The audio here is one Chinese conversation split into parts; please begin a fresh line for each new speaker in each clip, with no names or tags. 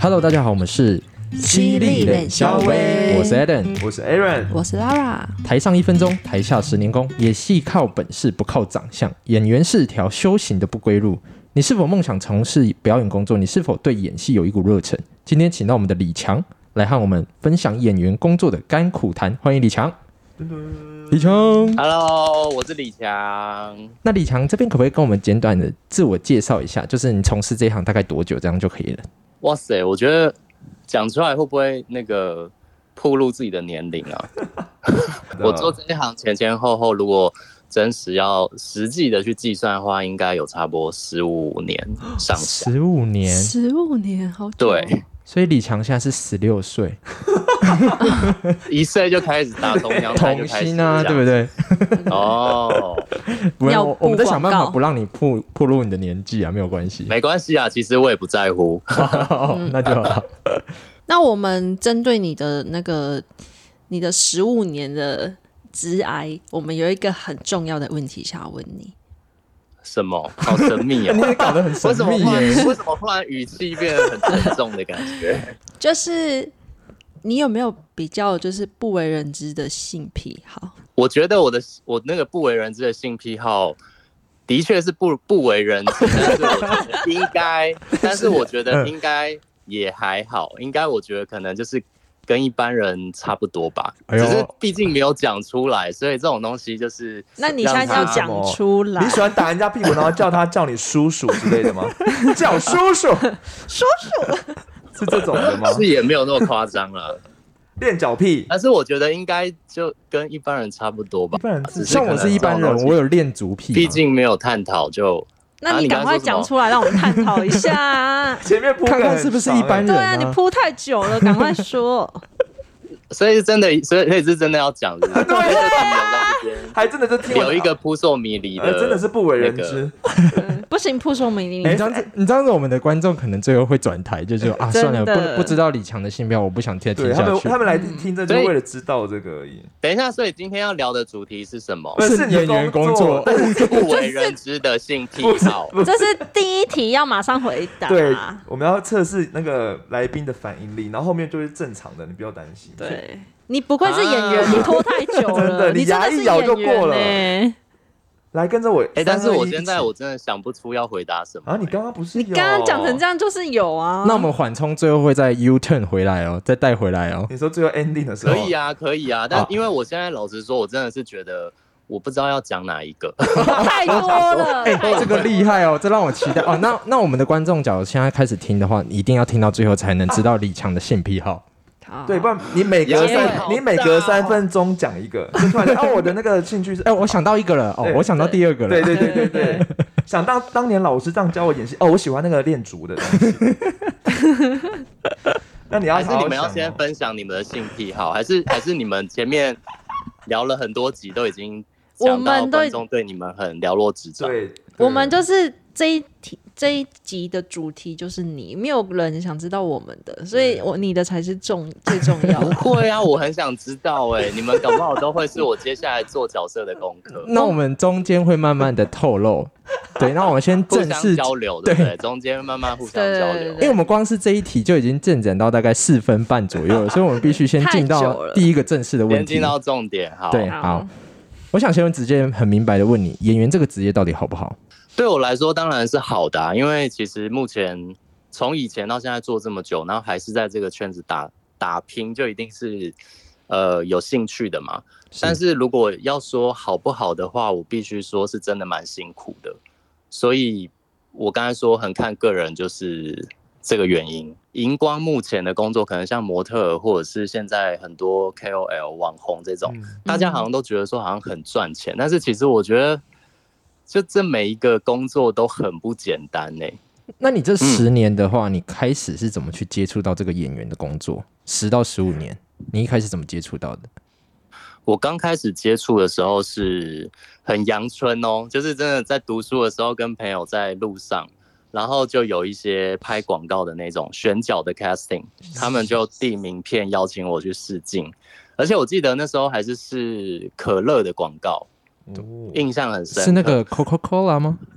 Hello，大家好，我们是
犀利冷
肖
肖
威，
威
我是 Adam。
我 是 Aaron，
我是 Lara，
台上一分钟，台下十年功。演戏靠本事，不靠长相。演员是条修行的不归路。你是否梦想从事表演工作？你是否对演戏有一股热忱？今天请到我们的李强来和我们分享演员工作的甘苦谈。欢迎李强。李强，
Hello，我是李强。
那李强这边可不可以跟我们简短的自我介绍一下？就是你从事这一行大概多久，这样就可以了。
哇塞，我觉得讲出来会不会那个暴露自己的年龄啊？我做这一行前前后后，如果真实要实际的去计算的话，应该有差不多十五年上下。
十五年，
十五年，好久。
对，
所以李强现在是十六岁。
一岁就开始打童娘胎就
童
开始
心啊，对不
对？
对？
哦，
不然
要
我
布
我们在想办
广
法
告
不让你暴暴露你的年纪啊，没有关系。
没关系啊，其实我也不在乎。
嗯
哦，那就好。
那我们针对你的那个你的十五年的职癌，我们有一个很重要的问题想要问你。
什么？好神秘 啊！
你也搞得很神
为什么
秘
突然
耶。
为什么突然语气变得很沉重的感觉？
就是你有没有比较就是不为人知的性癖好？
我觉得我的我那个不为人知的性癖好，的确是不不为人知，但是我觉得应该，但是我觉得应该也还好，应该我觉得可能就是跟一般人差不多吧，
哎
只
呦
是毕竟没有讲出来，所以这种东西就是
那你现在要
让他
讲出来
呃你，喜欢打人家屁股，然后叫他叫你叔叔之类的吗？叫叔叔，
叔叔，
是这种的吗？
是也没有那么夸张了，
练脚屁，
但是我觉得应该就跟一般人差不多吧
一，般人
只
像
可
我
能
是一般
这种
人，
东
我
西
有恋足癖嘛。
毕竟没有探讨就
那你赶快讲出来，让我们探讨一下 啊。
前面铺梗
看看
很
是不是
长
一般
欸
人
对啊，你铺太久了，赶快说。
所以是真的，所以所以是真的要讲，是不是
对啊
所以就是停留到这边
还真的就听我
有一个扑朔迷离
呃
的，
真的是不为人
那
知
个，
嗯不行，扑朔迷离。
你这样子，你这样子，我们的观众可能最后会转台，就是啊，
真
算
的
了，不不知道李强的性标，我不想听听
对他
下
们
去
他。们来听这就是
所以
为了知道这个而已，
等一下，所以今天要聊的主题是什 么？
不
是演员工作
但是
不为人知的性癖好。
这是第一题，要马上回答。
对，我们要测试那个来宾的反应力，然后后面就是正常的，你不要担心。，
对，你不愧是演员，
啊
你拖太久
真
了，
的
你
你
真
牙
的是
一咬就
演员欸
过了
呢
来跟着我。
哎、但是我
321
现在
一起
我真的想不出要回答什么、
啊，你刚刚不是
你刚刚讲成这
样？
样就是有啊。
那我们缓冲最后会再 U turn 回来哦，再带回来哦。
你说最后 ending 的时候
可以啊，可以啊，但
好
因为我现在老实说，我真的是觉得我不知道要讲哪一个。
太多 了，
哎、
太
这个厉害哦，这让我期待哦。那那我们的观众，假如现在开始听的话，你一定要听到最后才能知道李强的性癖好。
好
对，不然你每隔
结尾
三
哦好
你每隔三分钟讲一个，就突然间哦，我的那个兴 趣是
哎、我想到一个了，哦
对，
我想到第二个了，
对。对对对对， 想当当年老师这样教我演戏，哦，我喜欢那个练竹的东 西。那你要
还是
好好
你们要
想
先
哦
分享你们的性癖好，还是还是你们前面聊了很多集都已经
我
讲
们
到
都
观众对你们很了若指掌？
对，对
我们就是这一题这一集的主题就是你，没有人想知道我们
嗯
的，所以我你的才是重最重要
不
的。
会啊，我很想知道哎、你们搞不好都会是我接下来做角色的功课
那我们中间会慢慢的透 露，对，那我们先
互
正
相
式
交流，对不对？中间慢慢互相交
对对
流
对
因。为我们光是这一题就已经正展到大概四分半左 右了，所以我们必须先进
太久
到
了
第一个正式的问
先
题
进。到重点，好。
对，
好
好，我想先直接很明白的问你，演员这个职业到底好不好？
对我来说当然是好的、啊，因为其实目前从以前到现在做这么久，然后还是在这个圈子打打拼，就一定是呃有兴趣的嘛。但
嗯
是如果要说好不好的话，我必须说是真的蛮辛苦的，所以我刚才说很看个人，就是这个原因。荧光目前的工作可能像模特儿或者是现在很多 KOL 网红这种，
嗯
大家好像都觉得说好像很赚钱，但是其实我觉得，就这每一个工作都很不简单欸呢、
那你这十年的话，你开始是怎么去接触到这个演员的工作？十到十五年，你一开始怎么接触到的？
我刚开始接触的时候是很阳春哦，就是真的在读书的时候跟朋友在路上，然后就有一些拍广告的那种选角的 casting，他们就递名片邀请我去试镜，而且我记得那时候还是是可乐的广告，
哦
印象很深刻。
是那个 Coca Cola 吗？哦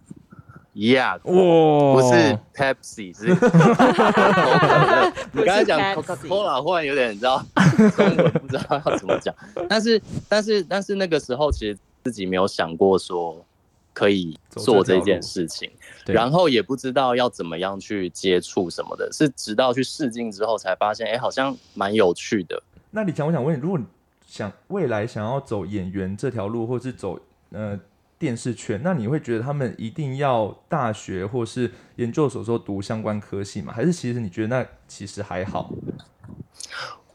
Yeah，
哇，
不
不
是 Pepsi，是 Coca-Cola。你刚才讲
Pepsi
Coca-Cola，忽然有点你知道 中文不知道要怎么讲。 但是但是但是那个时候其实自己没有想过说可以做这件事情，
对
然后也不知道要怎么样去接触什么的，是直到去试镜之后才发现，哎、好像蛮有趣的。
那李强，我想问你，如果你想未来想要走演员这条路，或是走呃电视圈，那你会觉得他们一定要大学或是研究所说读相关科系吗？还是其实你觉得那其实还好？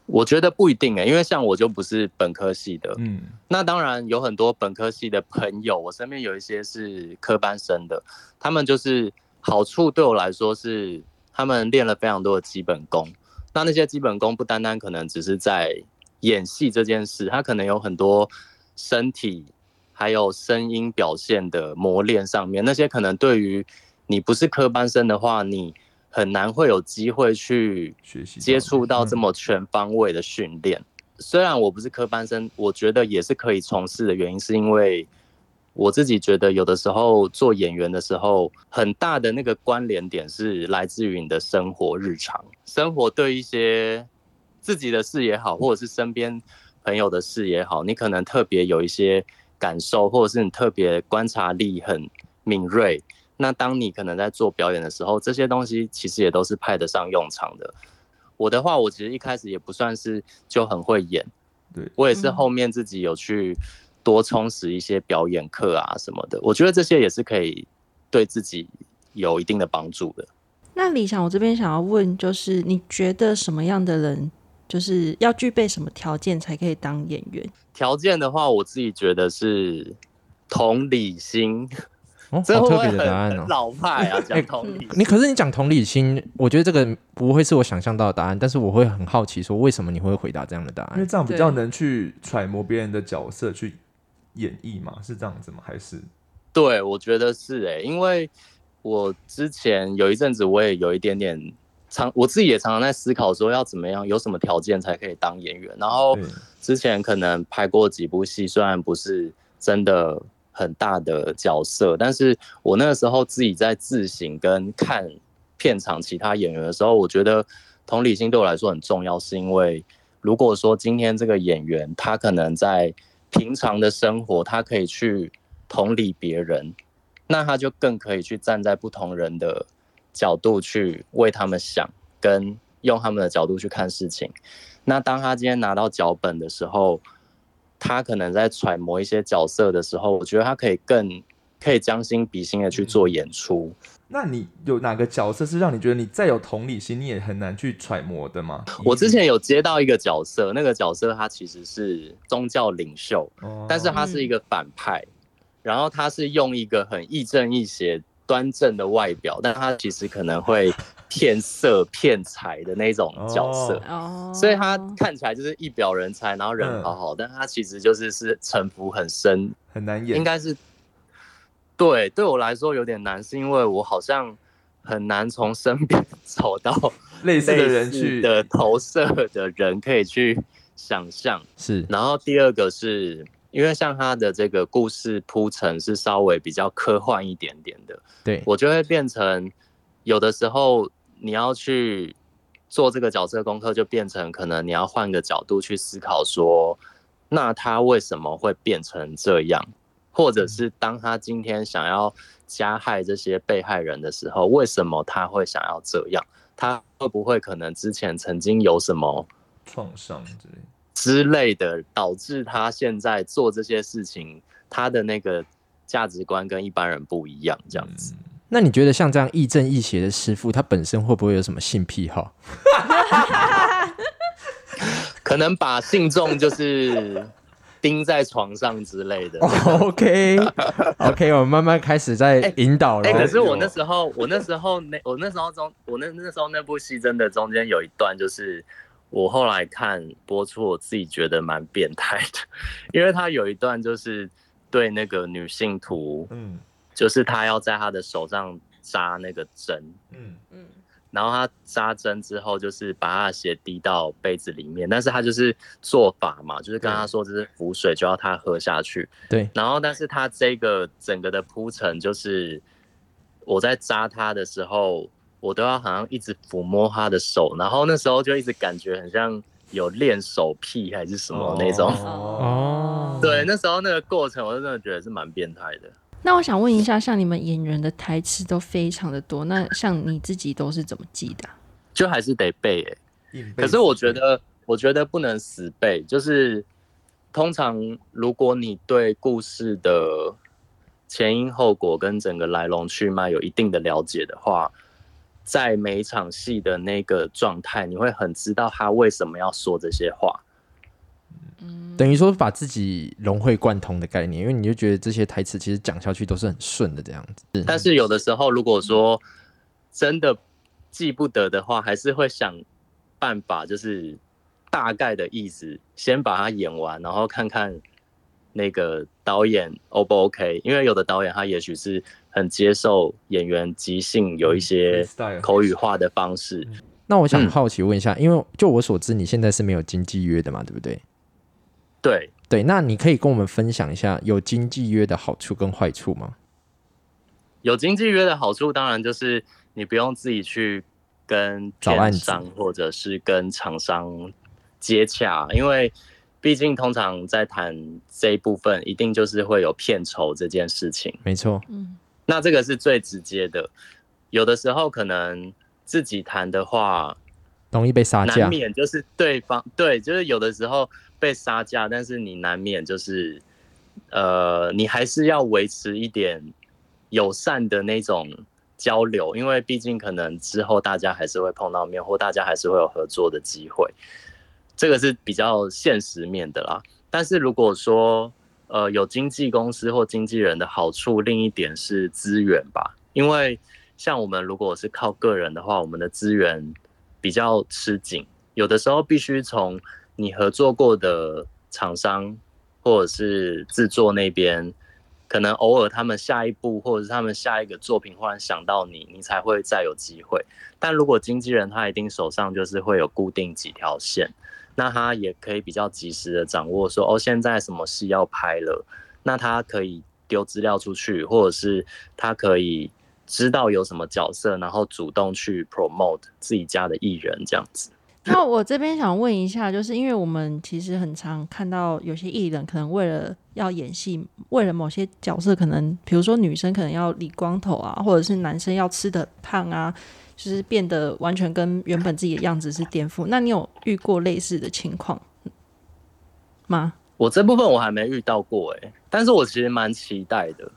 我觉得不一定哎、因为像我就不是本科系的，
嗯，
那当然有很多本科系的朋友，我身边有一些是科班生的，他们就是好处对我来说是他们练了非常多的基本功。那那些基本功不单单可能只是在演戏这件事，他可能有很多身体还有声音表现的磨练上面，那些可能对于你不是科班生的话，你很难会有机会去
学习嗯
接触到这么全方位的训练。虽然我不是科班生，我觉得也是可以从事的原因，是因为我自己觉得有的时候做演员的时候，很大的那个关联点是来自于你的生活日常，生活对一些自己的事也好，或者是身边朋友的事也好，你可能特别有一些感受，或者是你特别观察力很敏锐。那当你可能在做表演的时候，这些东西其实也都是派得上用场的。我的话，我其实一开始也不算是就很会演，
对
我也是
嗯
后面自己有去多充实一些表演课啊什么的，我觉得这些也是可以对自己有一定的帮助的。
那理想，我这边想要问，就是你觉得什么样的人，就是要具备什么条件才可以当演员？
条件的话，我自己觉得是同理心，
哦，好
这会不
特
会
别
很
的答案
很
哦。
老派啊？讲同理心，
你可是你讲同理心，我觉得这个不会是我想象到的答案，但是我会很好奇，说为什么你会回答这样的答
因为
嗯
案？
这样比较能去揣摩别人的角色去演绎嘛，是这样子吗？还是
对，我觉得是诶、因为我之前有一阵子我也有一点点常，我自己也常常在思考说要怎么样，有什么条件才可以当演员。然后
对
之前可能拍过几部戏，虽然不是真的很大的角色，但是我那个时候自己在自省跟看片场其他演员的时候，我觉得同理心对我来说很重要，是因为如果说今天这个演员他可能在平常的生活，他可以去同理别人，那他就更可以去站在不同人的角度去为他们想，跟用他们的角度去看事情。那当他今天拿到脚本的时候，他可能在揣摩一些角色的时候，我觉得他可以更可以将心比心的去做演出。
那你有哪个角色是让你觉得你再有同理心，你也很难去揣摩的吗？
我之前有接到一个角色，那个角色他其实是宗教领袖，
哦，
但是他是一个反派，然后他是用一个很亦正亦邪、端正的外表，但他其实可能会骗色、骗财的那种角色。
哦嗯
哦
所以他看起来就是一表人才，然后人好好，但他其实就是是城府很深，
很难演，
应该是对对我来说有点难，是因为我好像很难从身边 找到
类
类
似的人
似
去
的投射的人可以去想象。
是
然后第二个是因为像他的这个故事铺陈是稍微比较科幻一点点的，
对，
我就会变成有的时候你要去做这个角色功课，就变成可能你要换个角度去思考说，那他为什么会变成这样，或者是当他今天想要加害这些被害人的时候，为什么他会想要这样？他会不会可能之前曾经有什么
创伤之类的。
之类的，导致他现在做这些事情，他的那个价值观跟一般人不一样，这样子。
那你觉得像这样亦正亦邪的师傅，他本身会不会有什么性癖 好？
可能把信众就是钉在床上之类
哦
的。
OK OK，我们慢慢开始在引导了。
哎、可是我那时候，我那时候那我那时候中，我那那时候那部戏真的中间有一段，就是我后来看播出，我自己觉得蛮变态的， 因为他有一段就是对那个女性徒，
嗯
就是他要在他的手上扎那个针，
嗯，
嗯
然后他扎针之后，就是把他的血滴到杯子里面，但是他就是做法嘛，就是跟他说这是符水，就要他喝下去。
对，
然后但是他这个整个的铺陈就是我在扎他的时候，我都要好像一直抚摸他的手，然后那时候就一直感觉很像有练手癖还是什么那种。
哦
对，那时候那个过程，我是真的觉得是蛮变态的。
那我想问一下，像你们演员的台词都非常的多，那像你自己都是怎么记的啊、
就还是得背、欸。
硬背
可是我觉
死
得，我觉得不能死背，就是通常如果你对故事的前因后果跟整个来龙去脉有一定的了解的话，在每一场戏的那个状态，你会很知道他为什么要说这些话。
等于说把自己融会贯通的概念，因为你就觉得这些台词其实讲下去都是很顺的这样子。是
但是有的时候，如果说真的记不得的话，还是会想办法，就是大概的意思，先把它演完，然后看看那个导演 O 不 OK。因为有的导演他也许是很接受演员即兴有一些
freestyle
口语化的方式，
那我想
嗯
好奇问一下，因为就我所知，你现在是没有经纪约的嘛，对不对？
对。
对，那你可以跟我们分享一下有经纪约的好处跟坏处吗？
有经纪约的好处，当然就是你不用自己去跟
找案
片
子
商或者是跟厂商接洽，啊因为毕竟通常在谈这一部分，一定就是会有片酬这件事情。
没错，
嗯，
那这个是最直接的，有的时候可能自己谈的话，
容易被杀价
难。免就是对方对，就是有的时候被杀价，但是你难免就是，呃，你还是要维持一点友善的那种交流，因为毕竟可能之后大家还是会碰到面，或大家还是会有合作的机会，这个是比较现实面的啦。但是如果说呃有经纪公司或经纪人的好处，另一点是资源吧，因为像我们如果是靠个人的话，我们的资源比较吃紧，有的时候必须从你合作过的厂商或者是制作那边，可能偶尔他们下一步或者是他们下一个作品忽然想到你，你才会再有机会。但如果经纪人他一定手上就是会有固定几条线，那他也可以比较及时的掌握说哦，现在什么戏要拍了，那他可以丢资料出去，或者是他可以知道有什么角色，然后主动去 promote 自己家的艺人这样子。
那我这边想问一下，就是因为我们其实很常看到有些艺人可能为了要演戏，为了某些角色，可能比如说女生可能要理光头啊，或者是男生要吃的胖啊，就是变得完全跟原本自己的样子是颠覆。那你有遇过类似的情况吗？
我这部分我还没遇到过哎、但是我其实蛮期待的。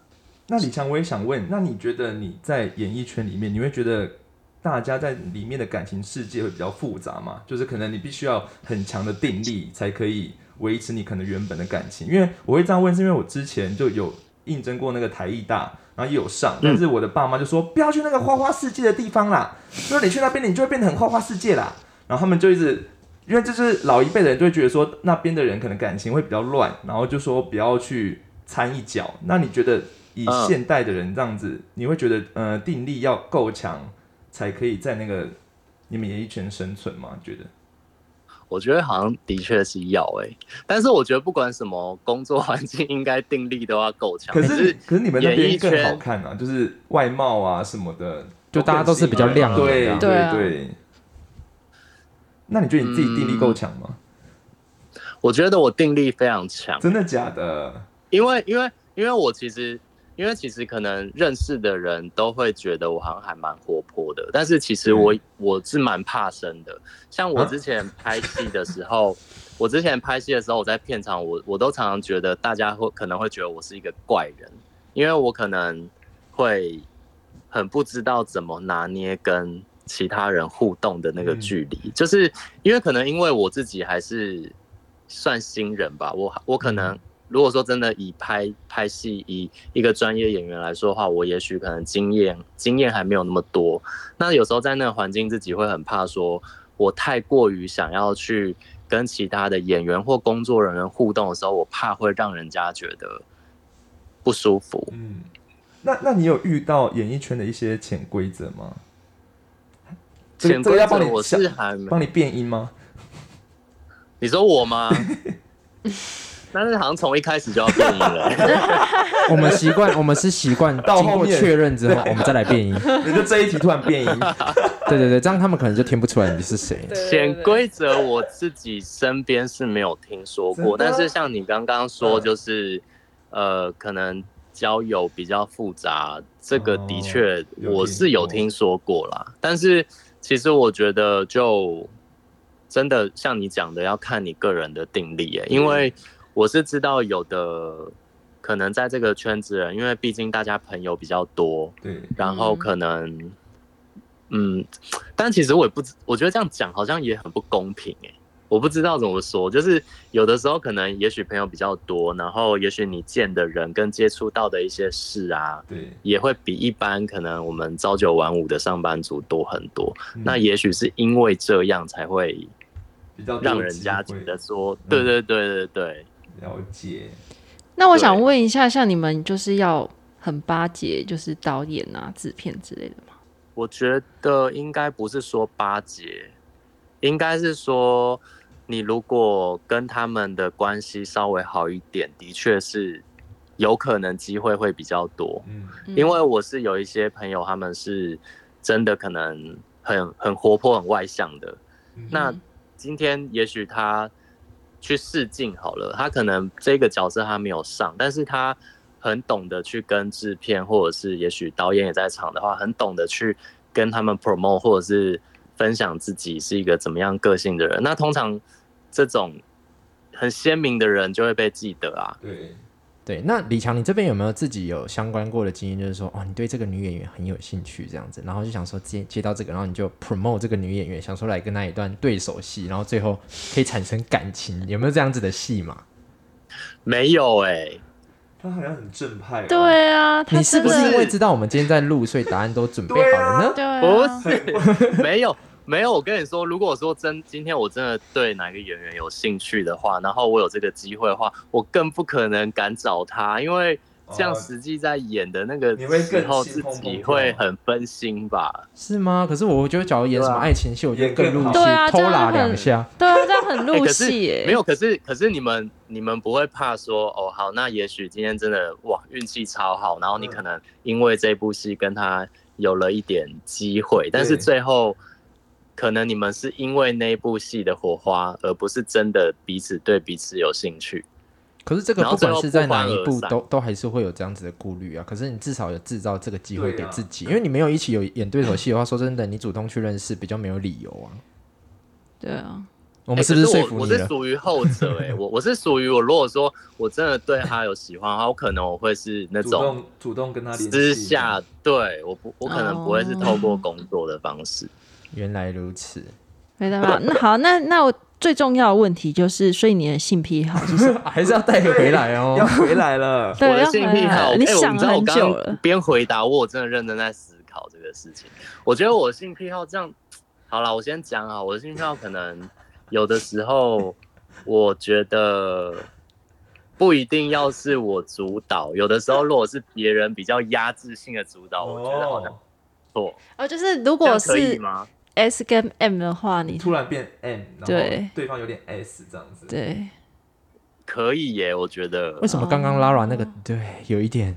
那李强，我也想问，那你觉得你在演艺圈里面，你会觉得大家在里面的感情世界会比较复杂吗？就是可能你必须要很强的定力，才可以维持你可能原本的感情。因为我会这样问，是因为我之前就有应征过那个台艺大，然后也有上，但是我的爸妈就说不要去那个花花世界的地方啦，因为你去那边你就会变得很花花世界啦。然后他们就一直因为就是老一辈的人就会觉得说，那边的人可能感情会比较乱，然后就说不要去掺一脚。那你觉得以
嗯
现代的人这样子，你会觉得呃定力要够强，才可以在那个你们演艺圈生存吗？你觉得？
我觉得好像的确是要哎、但是我觉得不管什么工作环境，应该定力都要够强。
可是可是你们那
演
边
艺圈
更好看啊，就是外貌啊什么的，
就大家都是比较亮的这
对
样
对啊
对。那你觉得你自己定力够强吗？
嗯
我觉得我定力非常强，
真的假的？
因为因为因为我其实因为其实可能认识的人都会觉得我好像还蛮活泼的，但是其实我、我是蛮怕生的。像我
啊
之前拍戏的时候，我之前拍戏的时候，我在片场我我都常常觉得大家会可能会觉得我是一个怪人，因为我可能会很不知道怎么拿捏跟其他人互动的那个距离，就是因为可能因为我自己还是算新人吧，我我可
嗯
能如果说真的以拍拍戏以一个专业演员来说的话，我也许可能经验经验还没有那么多，那有时候在那个环境自己会很怕说。我太过于想要去跟其他的演员或工作人员互动的时候，我怕会让人家觉得不舒服。
嗯，那那你有遇到演艺圈的一些潜规则吗？这个
潜
这个
规
要
则
帮你
我
想
是还没。
帮你变音吗？
你说我吗？但是好像从一开始就要变音了。
我们习 惯，我们是习惯
到后
经过
面
确认之后，我们再来 变音。
你就这一题突然变 音，
对对对，这样他们可能就听不出来你是谁。
潜规则我自己身边是没有听说过，
真的
但是像你刚刚说，
嗯
就是、呃，可能交友比较复杂，这个的确
哦有
我
听
是有
过
听说过啦。但是其实我觉得就真的像你讲的，要看你个人的定力耶，
嗯
因为我是知道有的可能在这个圈子人，因为毕竟大家朋友比较多，
对，
然后
嗯
可能，嗯，但其实我也不知，我觉得这样讲好像也很不公平哎、我不知道怎么说，就是有的时候可能也许朋友比较多，然后也许你见的人跟接触到的一些事啊，
对，
也会比一般可能我们朝九晚五的上班族多很多。
嗯
那也许是因为这样才会
比较多
让人家
机
觉
会嗯
得说，对对对对对，
了解。
那我想
对
问一下，像你们就是要很巴结，就是导演啊、制片之类的吗？
我觉得应该不是说巴结，应该是说你如果跟他们的关系稍微好一点，的确是有可能机会会比较多。
嗯，
嗯
因为我是有一些朋友，他们是真的可能很很活泼、很外向的。那
嗯
今天也许他去试镜好了，他可能这个角色他没有上，但是他很懂得去跟制片或者是也许导演也在场的话，很懂得去跟他们 promote 或者是分享自己是一个怎么样个性的人。那通常这种很鲜明的人就会被记得啊。
对，
对，那李强，你这边有没有自己有相关过的经验？就是说，哦，你对这个女演员很有兴趣，这样子，然后就想说接接到这个，然后你就 promote 这个女演员，想说来跟她一段对手戏，然后最后可以产生感情，有没有这样子的戏嘛？
没有哎、
他好像很正派、哦，，
对啊，他
你是不
真
是
的
因为知道我们今天在录，所以答案都准备好了呢？
对啊？
不是，没有没有。我跟你说，如果说真今天我真的对哪个演员有兴趣的话，然后我有这个机会的话，我更不可能敢找他，因为这样
哦
实际在演的那个
你会更
时候，
心
自
慌
己
慌
会
慌
很分心吧？
是吗？可是我觉得，假如演什么
对啊
爱情戏，我觉得
演
更
更
入
好
戏
对啊，
偷
这样
懒
很
两下。
对啊，这样很
哎
入
可是
戏耶、
没有，可是可是你们你们不会怕说哦，好，那也许今天真的哇运气超好，然后你
嗯
可能因为这部戏跟他有了一点机会，但是
对
最后可能你们是因为那部戏的火花，而不是真的彼此对彼此有兴趣。
可是这个
然
不
后最
管
后
是在哪一
不
步
欢而散
都都还是会有这样子的顾虑啊。可是你至少有制造这个机会
对
给
啊
自己，因为你没有一起有演对手戏的话，说真的，你主动去认识比较没有理由啊。
对啊，
我
欸
们
哎可
是不
是
说服
我？我
你啊
是
了？
属于后者哎、我我是属于我如果说我真的对他有喜欢的话，我可能我会是那
主
种
动主动跟他联系
私下对我不我可能不会是
哦
透过工作的方式。
原来如此。
没办法。那好，那那我最重要的问题就是，所以你的性癖好是什么？。
还是要带回来哦
要。回来了
对，
我的
要
性
回
癖
来
好，
了
哎
你
我
想
知道
了
我
很
刚
久
刚
了。
边回答我，我真的认真在思考这个事情。我觉得我的性癖好这样，好了，我先讲啊，我的性癖好可能有的时候，我觉得不一定要是我主导，有的时候如果是别人比较压制性的主导， 我觉得好像
哦，
错。
哦，就是如
这
果
样可以
是
吗？
S 跟 M 的话，你
突然变 M，然后
对
对方有点 S 这样子。
对
可以耶，我觉得
为。什么刚刚 Lara 那个对有一点，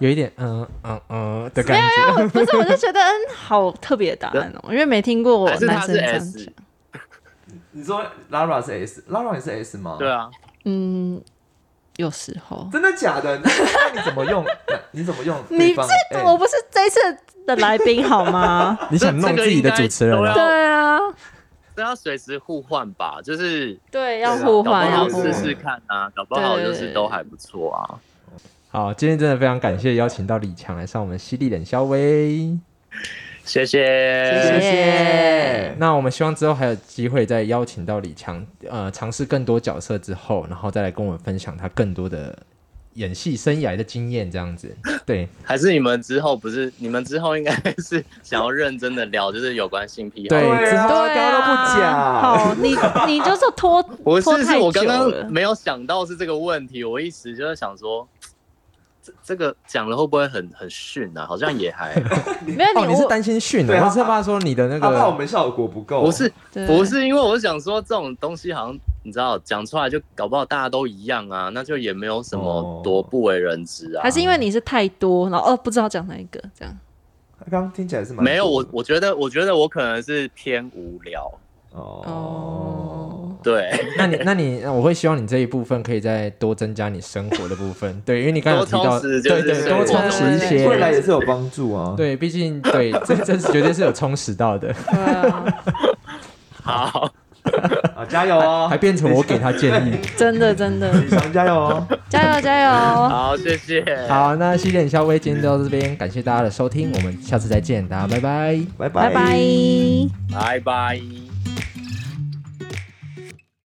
有一点嗯嗯嗯的感觉？
不是，我就觉得嗯，好特别的答案哦、因为没听过我
还是
男
他
生
是
这样
S，
讲。
你说 Lara 是 S，Lara 你是 S 吗？
对，啊，
嗯，有时候
真的假的？那 那你怎么用？那你怎么用
你
对
这
方哎
个
M？
我不是这一次的来宾好 吗？
你想
这
弄
这个
自己的主持人
应该
啊
都？要
对啊，
这要随时互换吧，就是
对，要
对啊
互
搞不
换，要
好
互
试
换。
试看啊，搞不好就
对
是都还不错啊。
好，今天真的非常感谢邀请到李强来上我们犀利冷肖微。
谢谢，
谢谢
那我们希望之后还有机会再邀请到李强，呃，尝试更多角色之后，然后再来跟我们分享他更多的演戏生涯的经验，这样子。对，
还是你们之后不是？你们之后应该是想要认真的聊，就是有关性癖好。
对
对啊，刚
对
刚都
啊，
不讲。
好，你你就是拖
不
拖
是，是
太
我
久
刚刚
了。
没有想到是这个问题，我一时就是想说，这这个讲了会不会很很逊啊？好像也还好
没有
哦，
你
你是
我
担心训哦，
对啊
我是怕说你的那
他啊怕我
个
们效果不够，
不是
对
不是因为我想说这种东西好像你知道讲出来就搞不好大家都一样啊，那就也没有什么多不为人知啊。
还是因为你是太多，然后哦不知道讲哪一个这样。
他刚刚听起来是蛮
没有
多
我
的，
我觉得我觉得我可能是偏无聊，
哦，
对，
那你那你那我会希望你这一部分可以再多增加你生活的部分， 对，因为你刚刚有提到，
多充实就是
对对，
生
多
活
充实一
对
些，
未来也是有帮助啊。，
对，毕竟对，这这是绝对是有充实到的，
对啊，
好，
啊，加油哦，
还变成我给他建议。
真的真的，
李翔加油哦。
加油加油，
好，谢谢，
好，那西点消微今天就到这边，感谢大家的收听，我们下次再见，大家拜拜。
拜
拜
拜
拜。
拜拜。